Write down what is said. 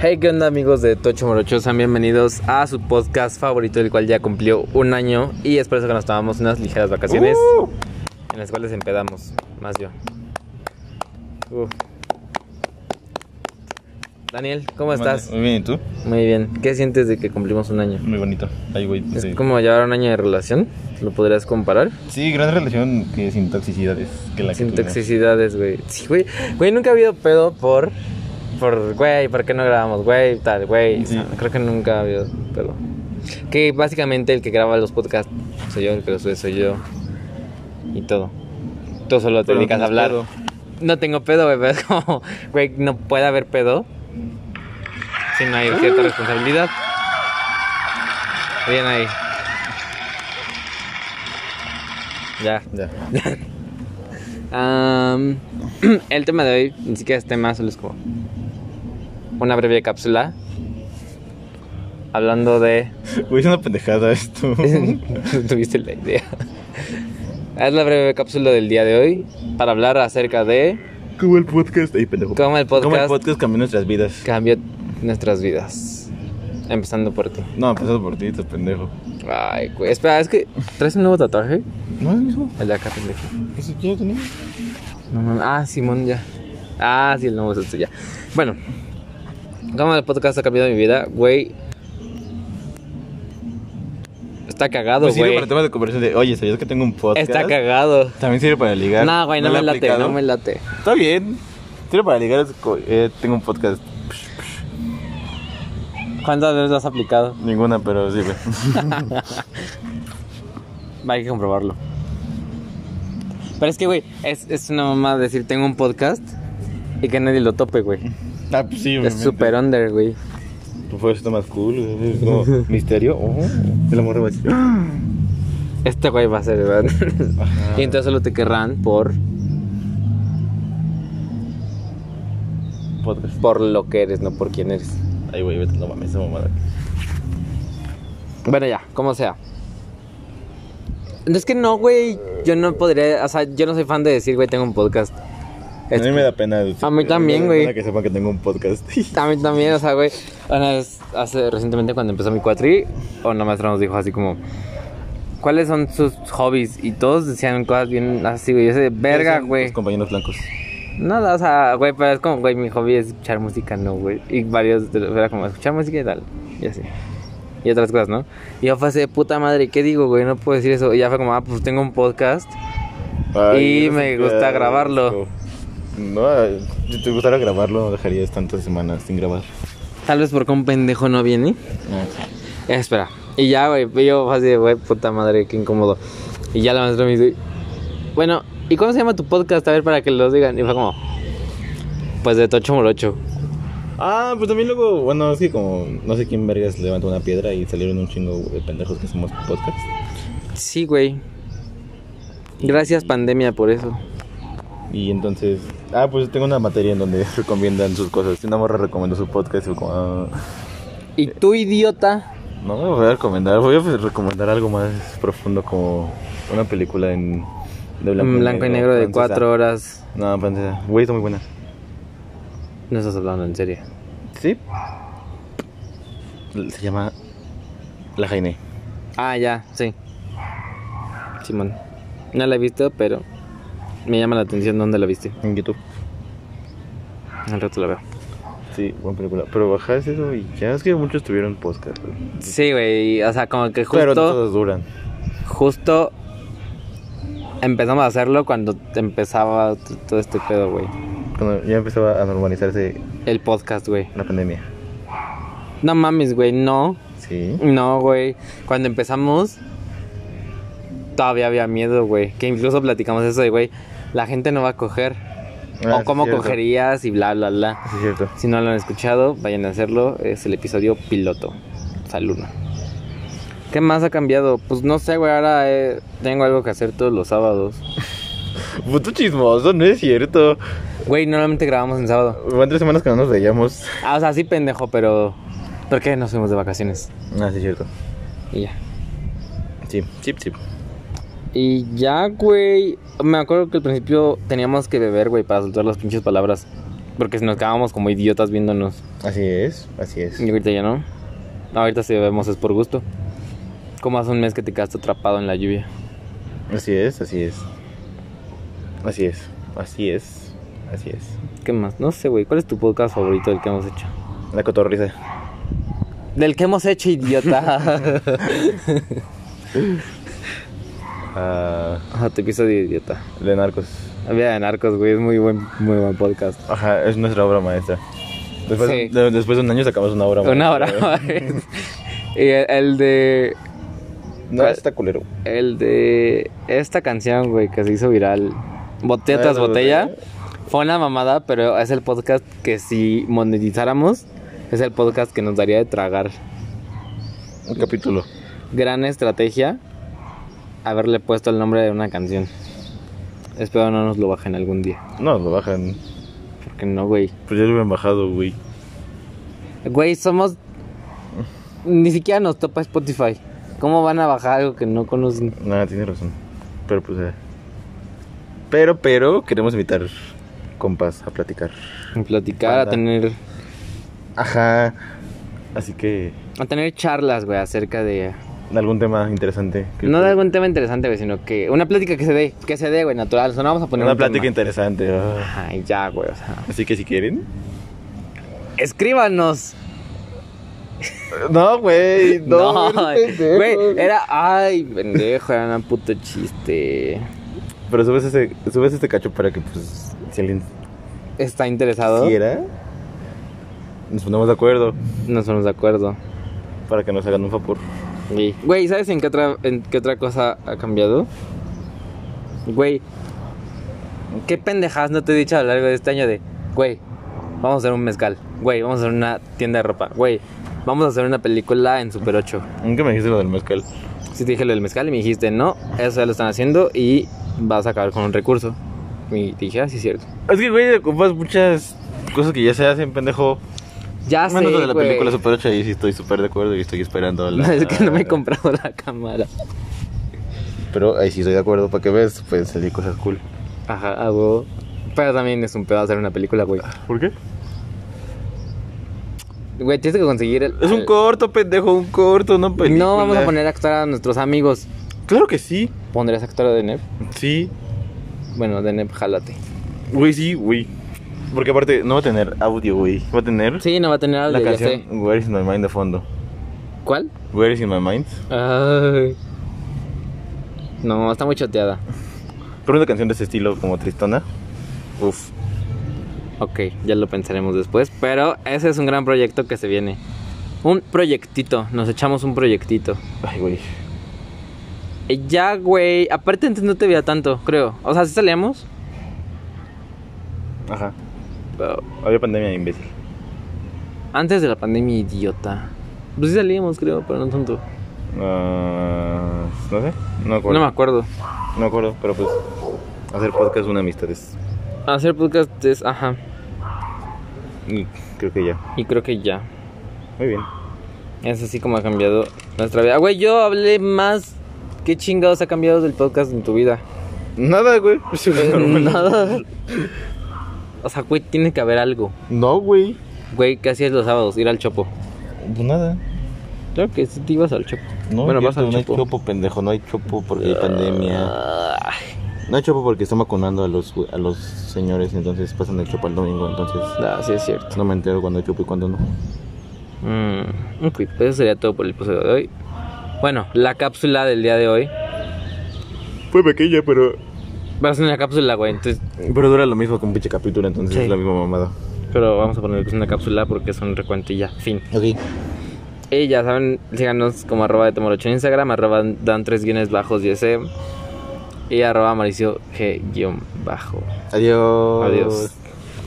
Hey, ¿qué onda amigos de Tocho Morocho? Sean bienvenidos a su podcast favorito, el cual ya cumplió un año y es por eso que nos tomamos unas ligeras vacaciones Uh. en las cuales empedamos, más yo. Uh. Daniel, ¿cómo estás? Muy bien, ¿y tú? Muy bien. ¿Qué sientes de que cumplimos un año? Muy bonito. Ay, güey. ¿Es sí. como llevar un año de relación? ¿Lo podrías comparar? Sí, gran relación que sin toxicidades. Que la Sin que tuvimos. toxicidades, güey. Sí, güey. Güey, nunca ha habido pedo por... Por, güey, ¿por qué no grabamos? Güey, tal, güey. Sí. O sea, creo que nunca ha habido pedo. Que básicamente el que graba los podcasts soy yo, el que los sube soy yo. Y todo. Tú solo te Pero dedicas a tienes hablar. pedo. No tengo pedo, güey, pero es como... Güey, no puede haber pedo. Si no hay cierta responsabilidad. Bien ahí. Ya. Ya. Am, el tema de hoy ni siquiera es tema, solo es como una breve cápsula hablando de. Güey, es una pendejada esto. Tuviste la idea. Es la breve cápsula del día de hoy para hablar acerca de Como el podcast. Ay, pendejo. cómo el Como el podcast podcast cambió nuestras vidas. cambió nuestras vidas. Empezando por ti. No, empezado por ti, este pendejo. Ay, güey. Espera, es que. ¿Traes un nuevo tatuaje? No, es eso. El de acá, pendejo. Eso quiero tener. No mames. Ah, Simón, ya. Ah, sí, el nuevo sexo, ya. Bueno, Gama del podcast ha cambiado mi vida, güey. Está cagado, Pues sirve güey. para temas de conversación de, oye, ¿sabías que tengo un podcast? Está cagado. También sirve para ligar. No, güey, no, lo me he late, aplicado. no me late. Está bien. Sirve para ligar. es co- eh, tengo un podcast. ¿Cuántas veces lo has aplicado? Ninguna, pero sirve. Hay que comprobarlo. Pero es que, güey, es, es una mamá decir, tengo un podcast y que nadie lo tope, güey. ah, pues sí, Es super under, güey. Tu fue esto más cool. Es como misterio. Oh, el amor va a decir, "Ah". Este güey va a ser, ¿verdad? Ajá. y entonces solo te querrán por, Podcast. por lo que eres, no por quién eres. Ay, güey, vete, no mames, esa mamada. Bueno, ya, como sea. No es que no, güey. Yo no podría. O sea, yo no soy fan de decir, güey, tengo un podcast. Es- A mí me da pena. A mí también, me da güey. pena Que sepan que tengo un podcast. a mí también, o sea, güey. Una vez, hace, recientemente cuando empezó mi cuatri, una maestra nos dijo así como. ¿Cuáles son sus hobbies? Y todos decían cosas bien así, güey. Yo sé, verga, Son güey. Los compañeros blancos. Nada, o sea, güey, pero es como, güey, mi hobby es escuchar música, no, güey. Y varios, de los- era como, escuchar música y tal, y así. Y otras cosas, ¿no? Y yo fue así, de puta madre, ¿qué digo, güey? No puedo decir eso. Y ya fue como, ah, pues tengo un podcast. Y eres me un gusta clásico. grabarlo. No, ay, si te gustara grabarlo, no dejarías tantas semanas sin grabar. Tal vez porque un pendejo no viene. Eh, espera. Y ya, güey, y yo fue así, de, güey, puta madre, qué incómodo. Y ya la maestra me dice, bueno, ¿y cómo se llama tu podcast? A ver, para que los digan. Y fue como, pues de Tocho Morocho. Ah, pues también luego, bueno, es que como no sé quién vergas levantó una piedra y salieron un chingo de pendejos que somos podcast. Sí, güey. Gracias, pandemia, por eso. Y entonces, ah, pues tengo una materia en donde recomiendan sus cosas. Si una morra recomendó su podcast, yo como, ah, Y tú, idiota. no me voy a recomendar, voy a pues, recomendar algo más profundo como una película en de En Mm, blanco y negro de francesa. cuatro horas. No, francesa. Güey, está muy buena. No estás hablando en serio. Sí. Se llama La Jaime. Ah, ya, sí. Simón. No la he visto, pero me llama la atención dónde la viste. En YouTube. Al rato la veo. Sí, buena película. Pero bajas eso y ya es que muchos tuvieron podcast. güey. Sí, güey. O sea, como que Pero no justo, todos duran. justo empezamos a hacerlo cuando empezaba t- todo este pedo, güey. Cuando ya empezaba a normalizarse El podcast, güey. la pandemia. No mames, güey, no. Sí. No, güey. Cuando empezamos, todavía había miedo, güey. Que incluso platicamos eso de, güey, la gente no va a coger. Ah, o cómo sí es cierto. cogerías y bla, bla, bla. Sí, es cierto. Si no lo han escuchado, vayan a hacerlo. Es el episodio piloto. Saludo. ¿Qué más ha cambiado? Pues no sé, güey. Ahora eh, tengo algo que hacer todos los sábados. Puto Pues chismoso, no es cierto. Güey, normalmente grabamos en sábado. Van tres semanas que no nos veíamos. Ah, o sea, sí, pendejo, pero. ¿Por qué nos fuimos de vacaciones? Ah, sí, es cierto. Y ya. Sí, chip, chip. Y ya, güey. Me acuerdo que al principio teníamos que beber, güey, para soltar las pinches palabras. Porque nos quedábamos como idiotas viéndonos. Así es, así es. Y ahorita ya no. Ahorita si vemos es por gusto. Como hace un mes que te quedaste atrapado en la lluvia. Así es, así es. Así es, así es, así es. ¿Qué más? No sé, güey. ¿Cuál es tu podcast favorito del que hemos hecho? La cotorriza. Del que hemos hecho, idiota. Ah, Ajá, tu episodio de idiota. de narcos. Vida de Narcos, güey. Es muy buen, muy buen podcast. Ajá, es nuestra obra maestra. Después, Sí. de, después de un año sacamos una obra Una hora. maestra. güey. y el, el de. No, está culero. El de. Esta canción, güey, que se hizo viral. Botella Ah, tras la botella. botella. Fue una mamada, pero es el podcast que si monetizáramos, es el podcast que nos daría de tragar. Un capítulo. Gran estrategia haberle puesto el nombre de una canción. Espero no nos lo bajen algún día. No, lo bajan. Porque no, güey. Pues ya lo hubieran bajado, güey. Güey, somos. Ni siquiera nos topa Spotify. ¿Cómo van a bajar algo que no conocen? Nada, tiene razón. Pero pues eh. Pero, pero, queremos invitar compas a platicar. A platicar, a Banda. tener. Ajá. Así que, A tener charlas, güey, acerca de. algún tema interesante. que- No de algún tema interesante, güey, sino que. Una plática que se dé, que se dé, güey, natural. O sea, no vamos a poner Una un plática tema. interesante. ah. Ay, ya, güey, o sea. Así que si quieren. Escríbanos. No, güey. No, eres pendejo. güey, eh. era. Ay, pendejo, era un puto chiste. Pero subes este, subes este cacho para que, pues, si alguien ¿Está interesado? quisiera, nos ponemos de acuerdo No estamos de acuerdo. para que nos hagan un favor. Sí. Güey, ¿sabes en qué otra, en qué otra cosa ha cambiado? Güey, ¿qué pendejadas no te he dicho a lo largo de este año de, güey, vamos a hacer un mezcal, güey, vamos a hacer una tienda de ropa, güey, vamos a hacer una película en Super 8? Nunca me dijiste lo del mezcal. Si te dije lo del mezcal y me dijiste, no, eso ya lo están haciendo y vas a acabar con un recurso. Y te dije, ah, sí, es cierto. Es que, güey, ocupas muchas cosas que ya se hacen, pendejo. Ya sé, Menos lo de la Ah, güey. película Ah. Super 8, ahí sí estoy súper de acuerdo y estoy esperando la... Es que no me he comprado la cámara. Pero ahí sí estoy de acuerdo, para que ves, pueden salir cosas cool. Ajá, a huevo. Pero también es un pedo hacer una película, güey. ¿Por qué? Güey, tienes que conseguir el... Es un el- corto, pendejo, un corto, no película. Eh, No vamos a poner a actuar a nuestros amigos. Claro que sí, ¿Pondrías a actuar a Deneb? sí. Bueno, Deneb, jálate. Güey, sí, güey. Porque aparte no va a tener audio, güey. Va a tener Sí, no va a tener audio, la ya canción sé. Where is my mind de fondo. ¿Cuál? Where is in my mind. Ay. No, está muy choteada. Pero una canción de ese estilo como tristona. Uf. Ok, ya lo pensaremos después. Pero ese es un gran proyecto que se viene. Un proyectito, nos echamos un proyectito. Ay, güey. Y ya, güey. Aparte, antes no te veía tanto, creo. O sea, sí salíamos. Ajá. pero Había pandemia, imbécil. Antes de la pandemia, idiota. Pues sí salíamos, creo, pero no tanto. Ah, no sé. No me acuerdo. No me acuerdo. No me acuerdo, pero pues. Hacer podcast es una amistad. Es... Hacer podcast es. Ajá. y Creo que ya. Y creo que ya. Muy bien. Es así como ha cambiado nuestra vida. Güey, yo hablé más. ¿Qué chingados ha cambiado del podcast en tu vida? Nada, güey. Eh, Nada. O sea, güey, tiene que haber algo. No, güey. Güey, ¿qué hacías los sábados? Ir al chopo. Pues nada. Claro que sí te ibas al chopo. No, bueno, es vas cierto, al no hay chopo. Ah. chopo, pendejo. No hay chopo porque hay pandemia. Ay, No hay chopo porque están vacunando a los, a los señores, entonces pasan el chopo al domingo, entonces no, sí es cierto. no me entero cuando hay chopo y cuando no. Mm, ok, pues eso sería todo por el episodio de hoy. Bueno, la cápsula del día de hoy. Fue pequeña, pero... Va a ser una cápsula, güey. Entonces, Pero dura lo mismo que un pinche capítulo, entonces Sí. es la misma mamada. pero vamos a poner que es una cápsula porque es un recuento y ya. Fin. Ok. Y ya saben, síganos como arroba de Tomorocho en Instagram, arroba dan tres guiones bajos e, y ese. Y arroba Mauricio G guión bajo. Adiós. Adiós.